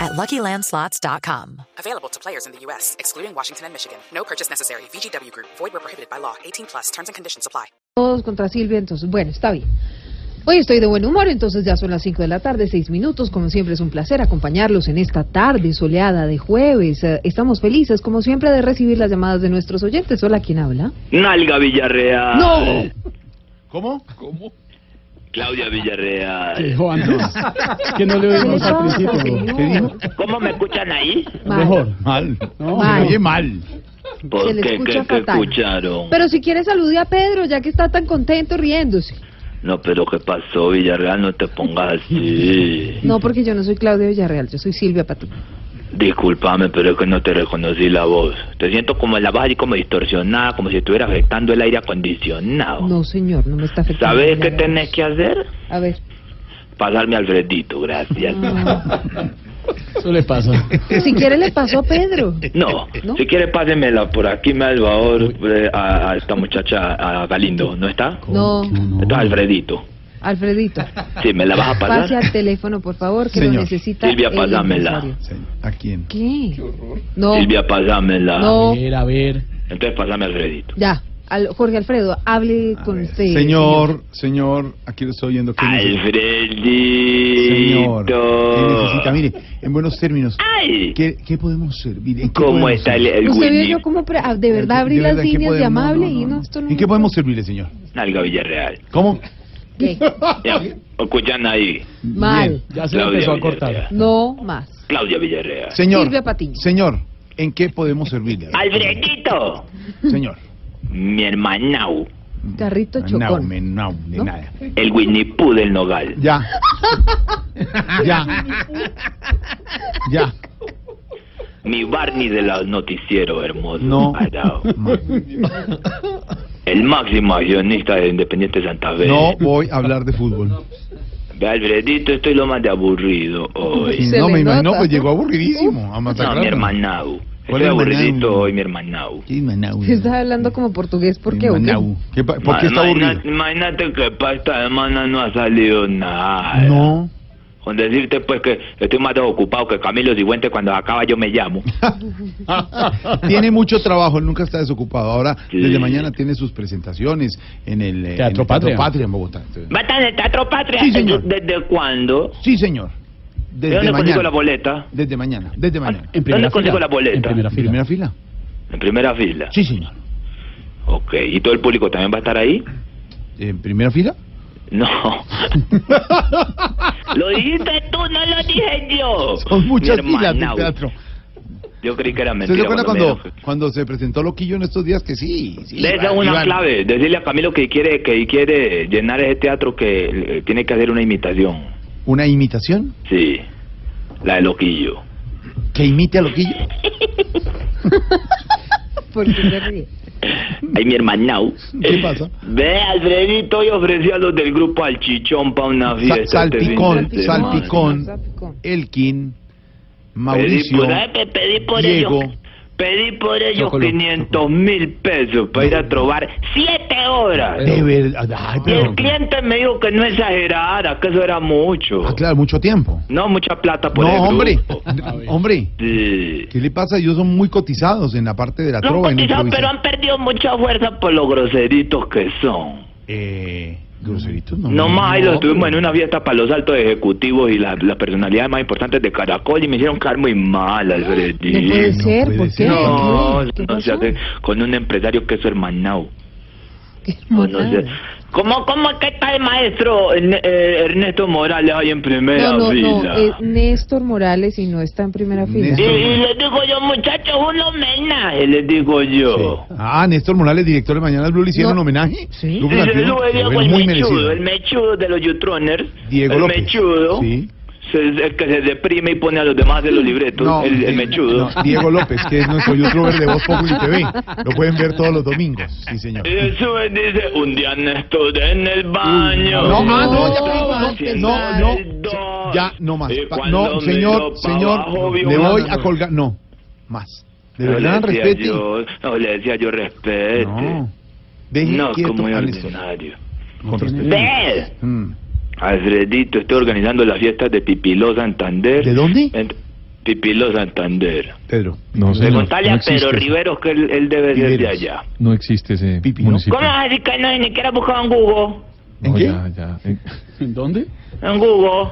at luckylandslots.com. Available to players in the U.S., excluding Washington and Michigan. No purchase necessary. VGW Group, void were prohibited by law. 18 plus terms and conditions apply. Todos contra Silvia, entonces, bueno, está bien. Hoy estoy de buen humor, entonces ya son las 5 de la tarde, 6 minutos. Como siempre, es un placer acompañarlos en esta tarde soleada de jueves. Eh, Estamos felices, como siempre, de recibir las llamadas de nuestros oyentes. Hola, ¿quién habla? Nalga Villarreal. ¿Cómo? ¿Cómo? Claudia Villarreal. Dijo antes que no le oímos al principio. ¿Qué dijo? ¿Cómo me escuchan ahí? Mal. Mejor. Mal. No, Mal. me oye mal. Se ¿Por le qué? escucha ¿Qué, qué fatal. escucharon? Pero si quiere, salude a Pedro, ya que está tan contento riéndose. No, pero ¿qué pasó, Villarreal? No te pongas así. No, porque yo no soy Claudia Villarreal, yo soy Silvia Pati. Discúlpame, pero es que no te reconocí la voz. Te siento como la voz así como distorsionada, como si estuviera afectando el aire acondicionado. No, señor, no me está afectando. ¿Sabes qué Villarreal. tenés que hacer? A ver. Pasarme a Alfredito, gracias. Eso le pasa. Si quiere, le paso a Pedro. No, ¿No? si quieres pásenmela por aquí, me hace el favor, eh, a, a esta muchacha, a Galindo, ¿no está? No, Esto es Alfredito. Alfredito. Sí, me la vas a pasar. Pase al teléfono, por favor, que lo Señor. necesita. Silvia, el pásamela. empresario. ¿A quién? ¿Qué? No, Silvia, ah, pásamela. no, a ver. Entonces pásame al crédito. ya. Al, Jorge Alfredo, hable con usted. Señor, señor, aquí lo estoy oyendo. ¿Qué necesita? Alfredito. Señor, ¿qué necesita? Mire, en buenos términos, Ay, ¿qué, qué podemos servir? ¿En qué ¿cómo podemos está el, servir? el Usted vio Winnie? yo como pre- ah, de verdad abrí ¿De las verdad, ¿en qué líneas de podemos- no, amable no, y no. no, esto no. ¿En qué podemos servirle, señor? Nalga Villarreal. ¿Cómo? ¿Qué? Ah, Ya, escuchan ahí. Mal. Bien. se empezó a cortar. No más. Claudia Villarreal. Señor, Silvia Patiño. señor, ¿en qué podemos servirle? Alfredito. Señor. Mi hermanao. Carrito No, chocón. me- no, de ¿No? nada. El Winnie Pooh del Nogal. Ya. Ya. Ya. Mi Barney de los noticieros hermoso. No. Arao. El máximo accionista de Independiente Santa Fe. No voy a hablar de fútbol. Ve, Alfredito, estoy lo más de aburrido hoy. Si Se no le me imagino, nota. pues llegó aburridísimo a No, masacrar. mi hermanao. Estoy ¿Cuál hermanao? aburridito hoy, mi hermanao. ¿Qué Manaú? Está hablando como portugués, ¿por qué? o qué? Manaú. ¿Qué pa- ¿Por qué está Ma- aburrido? imagina- Imagínate que para esta semana no ha salido nada. No. Con decirte pues que estoy más ocupado que Camilo Sigüente cuando acaba yo me llamo. Tiene mucho trabajo, él nunca está desocupado. Ahora, Sí. desde mañana tiene sus presentaciones en el, eh, Teatro en el Patria. Patria en Bogotá. ¿Va a estar en el Teatro Patria? Sí, señor. ¿Desde cuándo? Sí, señor. ¿De Desde dónde consigo mañana. la Ah, boleta? Desde mañana, desde mañana. En primera ¿Dónde consigo fila. la boleta? En primera ¿En fila. primera fila? En primera fila. Sí, señor. Ok, ¿y todo el público también va a estar ahí? ¿En primera fila? No. lo dijiste tú, no lo dije yo. Son muchas Mi filas de hermanao. teatro. Yo creí que era ¿Se mentira. acuerda cuando cuando, me dijo. cuando se presentó Loquillo en estos días que sí? sí Le iba- da una iban- clave, decirle a Camilo que quiere que quiere llenar ese teatro que eh, tiene que hacer una imitación. ¿Una imitación? Sí, la de Loquillo. ¿Que imite a Loquillo? ¿Por qué se ríe? Ay, mi hermanao. ¿Qué pasa? Ve, Alfredito, hoy ofrecí a los del grupo al chichón para una Sa- fiesta. salpicón, este fin de semana. salpicón, Salpicón. Elkin, Pedí Mauricio, por, ay, pe- pedí por Diego. ellos. Pedí por ellos Chocolo. 500 mil pesos para ir a trobar 7 horas. de verdad, ay, Y el pero, cliente me dijo que no exagerara, que eso era mucho. ah, claro, mucho tiempo. No, mucha plata por el No, hombre, grupo. hombre, Sí. ¿qué le pasa? Ellos son muy cotizados en la parte de la Los trova. en cotizados, improvisación. pero han perdido mucha fuerza por los groseritos que son. Eh, groseritos, no. pues. Nomás ahí los tuvimos en pero- una fiesta para los altos ejecutivos y la- las personalidades más importantes de Caracol y me hicieron caer muy mal, No puede Alfredito. ser, puede ¿por qué? ser. No, ¿Qué no se pasó? hace con un empresario que es su hermanao. Qué No, no monada. sé. ¿Cómo, ¿Cómo es que está el maestro eh, eh, Ernesto Morales ahí en primera No, no, eh, fila? no, es Néstor Morales y no está en primera fila. Y, Néstor. y les digo yo, muchachos, un homenaje, les digo yo. Ah, Néstor Morales, director de Mañana Blue, le hicieron No. homenaje. Sí. Tuvo Y un se artículo, sube pero Diego bueno, el muy mechudo, merecido. el mechudo de los Yutroners. Diego el López. mechudo. Sí. se- es el que se deprime y pone a los demás de los libretos, el, el mechudo. eh, no, Diego López, que es nuestro youtuber de Voz Populi TV. Lo pueden ver todos los domingos. Sí, señor. Eso es, dice, un día no estoy en el baño. No, ah, no, ya, ya, no, no, no, no, ya, no más. Y Pa- cuando No, me señor, dio pa' abajo, señor, vio le una- voy a colgar. No, más. De No le verdad, decía respete. yo- No le decía yo respete. No, deje No, quieto como es al Néstor. ordinario. Con respeto. ¡Ve! Mm. Alfredito, estoy organizando las fiestas de Pipiló Santander. ¿De dónde? En- Pipiló Santander. Pedro. No, Pedro. señor. Contale a existe. Pedro Riveros que él, él debe ser de Riveros. allá. No existe ese Pipi, ¿no? municipio. ¿Cómo vas a decir que no ni siquiera buscado en Google? No, ¿En qué? ya, ya. Eh, En Google.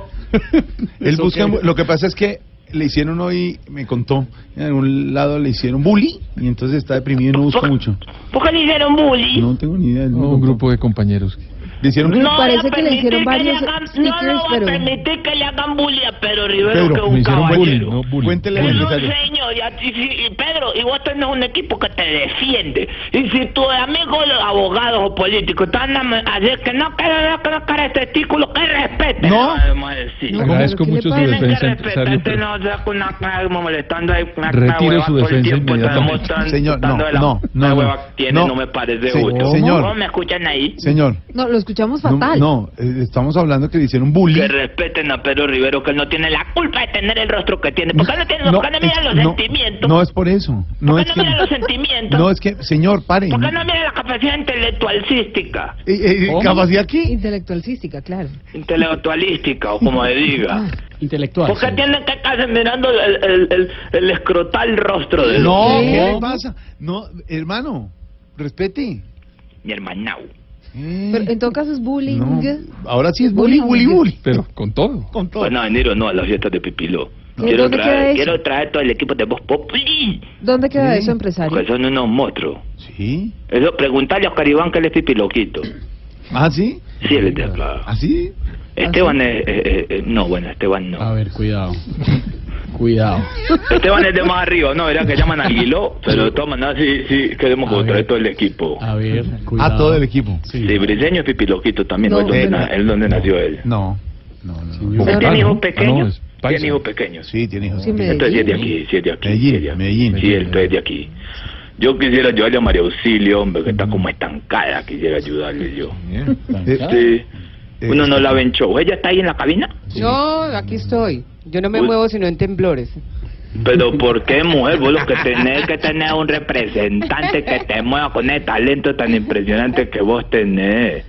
Él busca, lo que pasa es que le hicieron hoy, me contó, en algún lado le hicieron bully y entonces está deprimido y no busca mucho. ¿Por qué le hicieron bullying? No tengo ni idea. él me Oh, Un contó. grupo de compañeros. Le hicieron No Parece voy a que le hicieron permitir que varios hagan- No, speakers, no voy pero- a permitir que le hagan bullying a Pedro Rivero, Pedro, que es me un hicieron caballero. bullying, no bullying. Cuéntele Es al un empresario. señor, y a ti sí- y Pedro, y vos tenés un equipo que te defiende. Y si tus amigos, los abogados o políticos, están a decir que no, que no, que no, que no, testículo, que respete. No. Vamos a decir. No, ¿Qué Agradezco le mucho su pasa? Tienen que defensa, respetar, empresario. este pero- no sea con una cara como molestando ahí, una Retiro cara hueva su todo el defensa tiempo, está inmediatamente. demostrando- Señor, no, dando de la- no, no, la no. hueva que tiene, No. no me parece Se- justo. señor. ¿Cómo me escuchan ahí? Señor, No, lo escuchamos no, fatal. no, eh, estamos hablando que le hicieron bullying. Que respeten a Pedro Rivero, que él no tiene la culpa de tener el rostro que tiene. ¿Por qué no, tiene, ¿por qué no mira es- los no, sentimientos? No es por eso. No ¿Por es qué que, no mira los sentimientos? no es que, señor, pare. ¿Por qué no mira la capacidad intelectualística? Eh, eh, ¿Cómo? ¿Capacidad aquí? Intelectual cística, claro. Intelectualística, o como se diga. Intelectual. ¿Por qué sí. tienen que estarse mirando el, el, el, el escrotal rostro de No, ¿qué ¿Qué? le pasa? No, hermano, respete. mi hermanao? Eh, Pero en todo caso es bullying. no, Ahora sí es bullying, bullying, Bullying. bullying. Pero con todo. Con todo. Bueno, enero Pues no, a las fiestas de Pipiló. ¿Y Quiero dónde queda traer, eso? quiero traer todo el equipo de Voz Populi, ¿Dónde queda Sí. eso, empresario? porque son unos monstruos. Sí. Eso, preguntarle a Oscar Iván que él es pipiloquito. ¿Ah, sí? Ah, Sí, él es de acá. ¿Así? Esteban es, eh, eh, eh, no, bueno, Esteban A no. ver, cuidado. cuidado. Esteban es de más arriba, no, era que llaman Aguiló, pero de todas maneras sí, sí, queremos A como traer ver. todo el equipo. A ver, A cuidado. todo el equipo. Sí. Sí, Briseño es pipiloquito también, No, no, es donde, pero- na- es donde nació Eh, él. No. No, no, no. Señor. ¿Él Ah, tiene hijos no. Ah, no, pequeños? es paisa. Tiene hijos pequeños. Sí, tiene hijos. Sí, me- Entonces sí es de aquí, sí es de aquí. Medellín, sí es de aquí. Medellín. Sí, entonces es de aquí. Yo quisiera ayudarle a María Auxilio, hombre, que está como estancada, quisiera ayudarle yo. Bien. Eh, Sí. eh, Uno no la ve en show. ¿Ella está ahí en la cabina? Yo aquí estoy. Yo no me Uy. muevo sino en temblores. Pero ¿por qué, mujer? Vos lo que tenés que tener un representante que te mueva con el talento tan impresionante que vos tenés.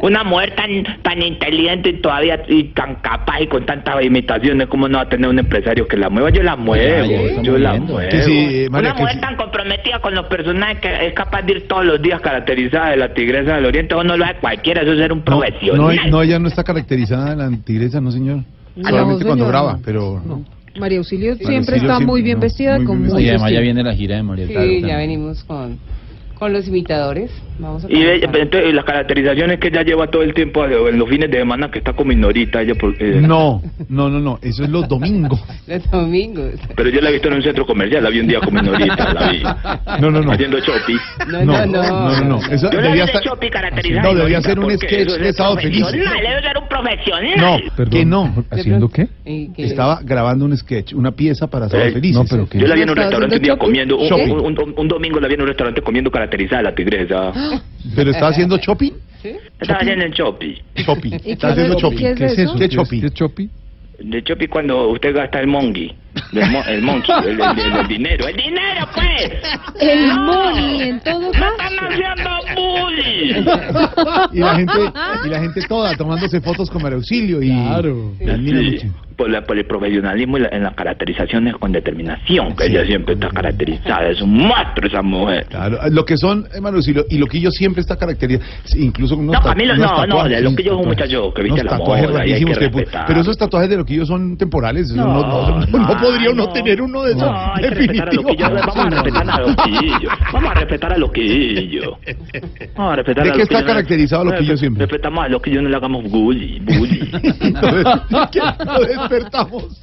Una mujer tan tan inteligente y todavía y tan capaz y con tantas imitaciones, ¿cómo no va a tener un empresario que la mueva? Yo la muevo, ya lo estamos yo la viendo. muevo. Que sí, eh, María, Una que mujer sí. tan comprometida con los personajes que es capaz de ir todos los días caracterizada de la tigresa del oriente, vos no lo hace cualquiera, eso es ser un No, profesional. no, no, ella no está caracterizada de la tigresa, no señor. No, Solamente cuando señor, graba, no. pero María Auxilio María siempre Auxilio está siempre, muy bien no, vestida. muy con bien muy vestida. Y además ya estilo. viene la gira de María Sí, Clara ya también. venimos con, con los imitadores. Vamos a Y pues, de- comenzar. entonces, las caracterizaciones que ella lleva todo el tiempo en los fines de semana que está con minorita ella eh, porque- No, no, no, no, eso es los domingos. los domingos. pero yo la he visto en un centro comercial la vi un día con minorita la vi No, no, no. haciendo shopping No, no, no. no, no, no, yo Eso la vi debía de estar- shopping caracterizada No, de debía Minorita, ser un porque sketch eso es de Sábado Feliz. profesional eso es ser un profesional No, Perdón. que no. De ¿Haciendo qué? pronto- y que- Estaba grabando un sketch, una pieza para Sábado Eh, Feliz. no, pero que- Yo la vi en un ¿Estaba restaurante un haciendo día comiendo, un, shopping? un- un- un domingo la vi en un restaurante comiendo caracterizada la tigresa. ¿Pero está haciendo shopping? ¿Sí? Estaba haciendo el shopping. Shopping. qué Está es haciendo eso? shopping. ¿Qué es eso? ¿Qué es shopping? ¿Qué es Chopi? De Chopi cuando usted gasta el mongi. El, mo- el monkey, el, el- el- el dinero. ¡El dinero, pues! El No. money, en todo ¡No caso. están haciendo bullying! Y la gente, y la gente toda tomándose fofotos con María Auxilio y Claro. la admira Sí, mucho. por, la- por el profesionalismo y la- en las caracterizaciones con determinación, que ella siempre está caracterizada. Es un monstruo esa mujer. Claro, lo que son, eh, María Auxilio, y lo que yo siempre está caracterizado, incluso con unos No, ta- Camilo, unos no, no, tatuajes, de lo que yo es un unos muchacho que viste unos la tatuajes moda y hay rarísimos que pu- respetar. Pero esos tatuajes de lo que yo son temporales, eso No, no, no, no, no, podría uno no. tener uno de esos No, hay que respetar a definitivo. Loquillo. Vamos a respetar a Loquillo. Vamos a respetar a Loquillo. Vamos a respetar ¿De a qué está Loquillo. caracterizado Loquillo Respe- siempre? Respetamos a Loquillo, no le hagamos bully, bully. Entonces, ¿qué? Lo despertamos.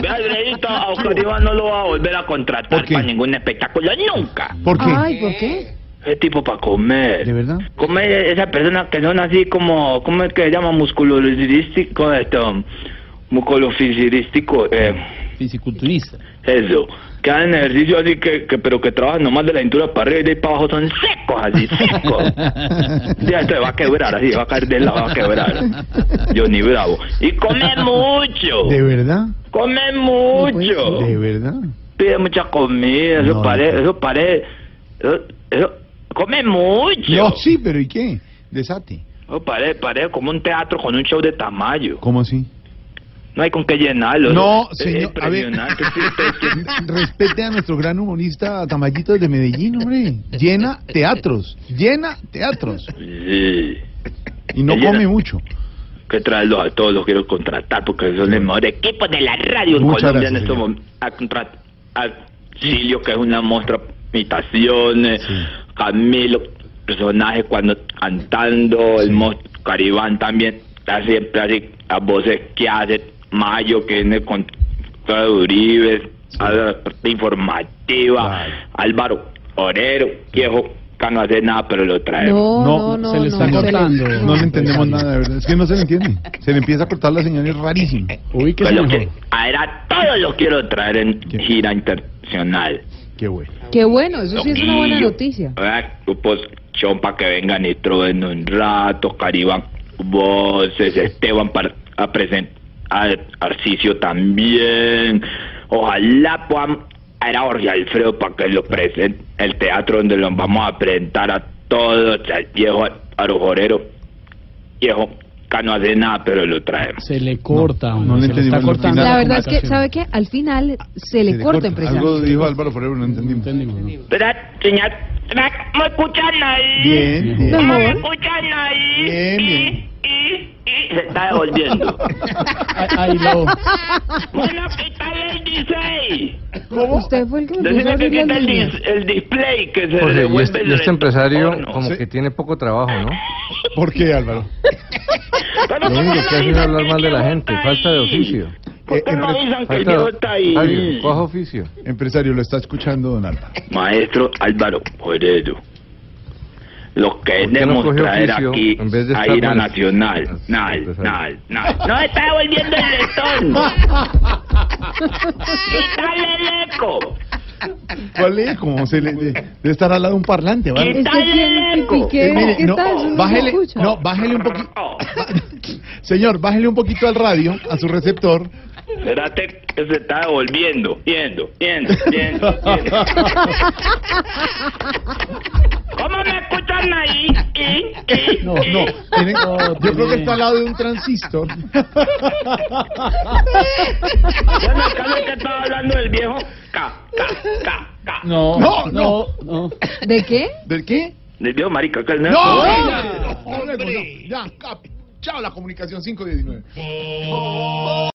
Ve, Alfredito, a Oscar Iván no lo va a volver a contratar ¿Por qué? para ningún espectáculo, nunca. ¿Por qué? Ay, ¿por qué? Es tipo para comer. ¿De verdad? ¿Cómo es esa persona que son así como, cómo es que se llama musculolistístico esto? Mucolofisirístico, eh, Fisiculturista. eso. Que hacen ejercicio así, que, que- pero que trabajan nomás de la cintura para arriba y de ahí para abajo son secos, así, secos. Ya, esto se va a quebrar, así, va a caer del lado, va a quebrar. Johnny Bravo. Y come mucho, ¿De verdad? come No mucho. ¿De verdad? Pide mucha comida, eso No, parece, no. eso parece, eso, eso- come mucho. No, sí, pero ¿y qué? Desate. Eso parece, parece como un teatro con un show de tamaño. ¿Cómo así? No hay con qué llenarlo. No, Es- es señor. A ver, impresionante, sí, es que- respete a nuestro gran humorista Tamayito de Medellín, hombre. Llena teatros, llena teatros. Sí, Y no Llena. come mucho. que traerlos a todos, los quiero contratar porque son el mejor equipo de la radio en Muchas Colombia gracias, en estos señor. momentos. A contratar a Silio, que es una muestra, imitaciones, Camilo, personaje cuando cantando, el monstruo Caribán también, está siempre así, las voces que hace, Mayo, que viene con todo Uribe, a la parte informativa, Claro. Álvaro Orero, viejo, que no hace nada, pero lo trae. No, no, no. se le está no, cortando. No le entendemos nada, de verdad. Es que no se le entiende. Se le empieza a cortar la señal, es rarísimo. Ubíquese Pero mejor. que a, ver, a todos los quiero traer en ¿Qué? gira internacional. Qué bueno. Qué bueno, eso sí es una buena noticia. Grupos Chompa que vengan y troven un rato, Caribán Voces, Esteban para a presentar, Arcicio también. Ojalá puedan a ver a Jorge Alfredo para que lo presente el teatro donde los vamos a presentar a todos, al viejo arojorero, viejo que no hace nada, pero lo traemos. Se le corta, No, hombre, no le se le entendimos está al cortando. final. La la verdad es que, comunicación. ¿sabe qué? Al final se le corta, Algo empresario. dijo Álvaro Forero, no entendimos. Entendimos, ¿no? Tra- señal, tra- ¿Me escuchan ahí? Bien, No, bien. ¿Me escuchan ahí? Bien, bien. Y, y, y se está devolviendo. Ahí- ahí lo- bueno, ¿qué tal el display? Usted fue el que me puso a Decime que abrir qué las tal líneas. dis- el display que se Jorge, y devuelve este, el y este retorno. empresario como Sí. que tiene poco trabajo, ¿no? ¿Por qué, Álvaro? Pero Lo ¿cómo único no que hace es dicen hablar mal de la el gente, viejo falta de está ahí? oficio. Eh, ¿Por qué no empre- dicen que el viejo está Falta, ahí? Fabio, coja oficio. Empresario, lo está escuchando Don Álvaro. Maestro Álvaro Forero, lo ¿Por qué no queremos coge traer oficio aquí en vez de a estar Ah, ira con el- nacional. Así, Nal, empresario. nal, nal. ¡No está devolviendo el lechón! ¡Quítale el eco! ¿Cuál es? Como se le, de, debe estar al lado de un parlante, ¿vale? ¿Qué Es que tiene que- y qué- Eh, mire, ¿qué no, tal? Eso no se bájele, escucha. no, bájele un poquito. Señor, bájele un poquito al radio, a su receptor. Espérate que se está devolviendo. Yendo, yendo, yendo, yendo. ¿Cómo me escuchan ahí? ¿Y? ¿Y? No, no. tiene- No, yo creo que tiene- está al lado de un transistor. Bueno, Carlos, que estaba hablando del viejo? Ca, ca, ca, ca. No, No, no, no. no. ¿De qué? ¿Del qué? Del viejo marica. que ¡No! no, no, no, ¡Hombre! ya, cap- chao, la comunicación 519.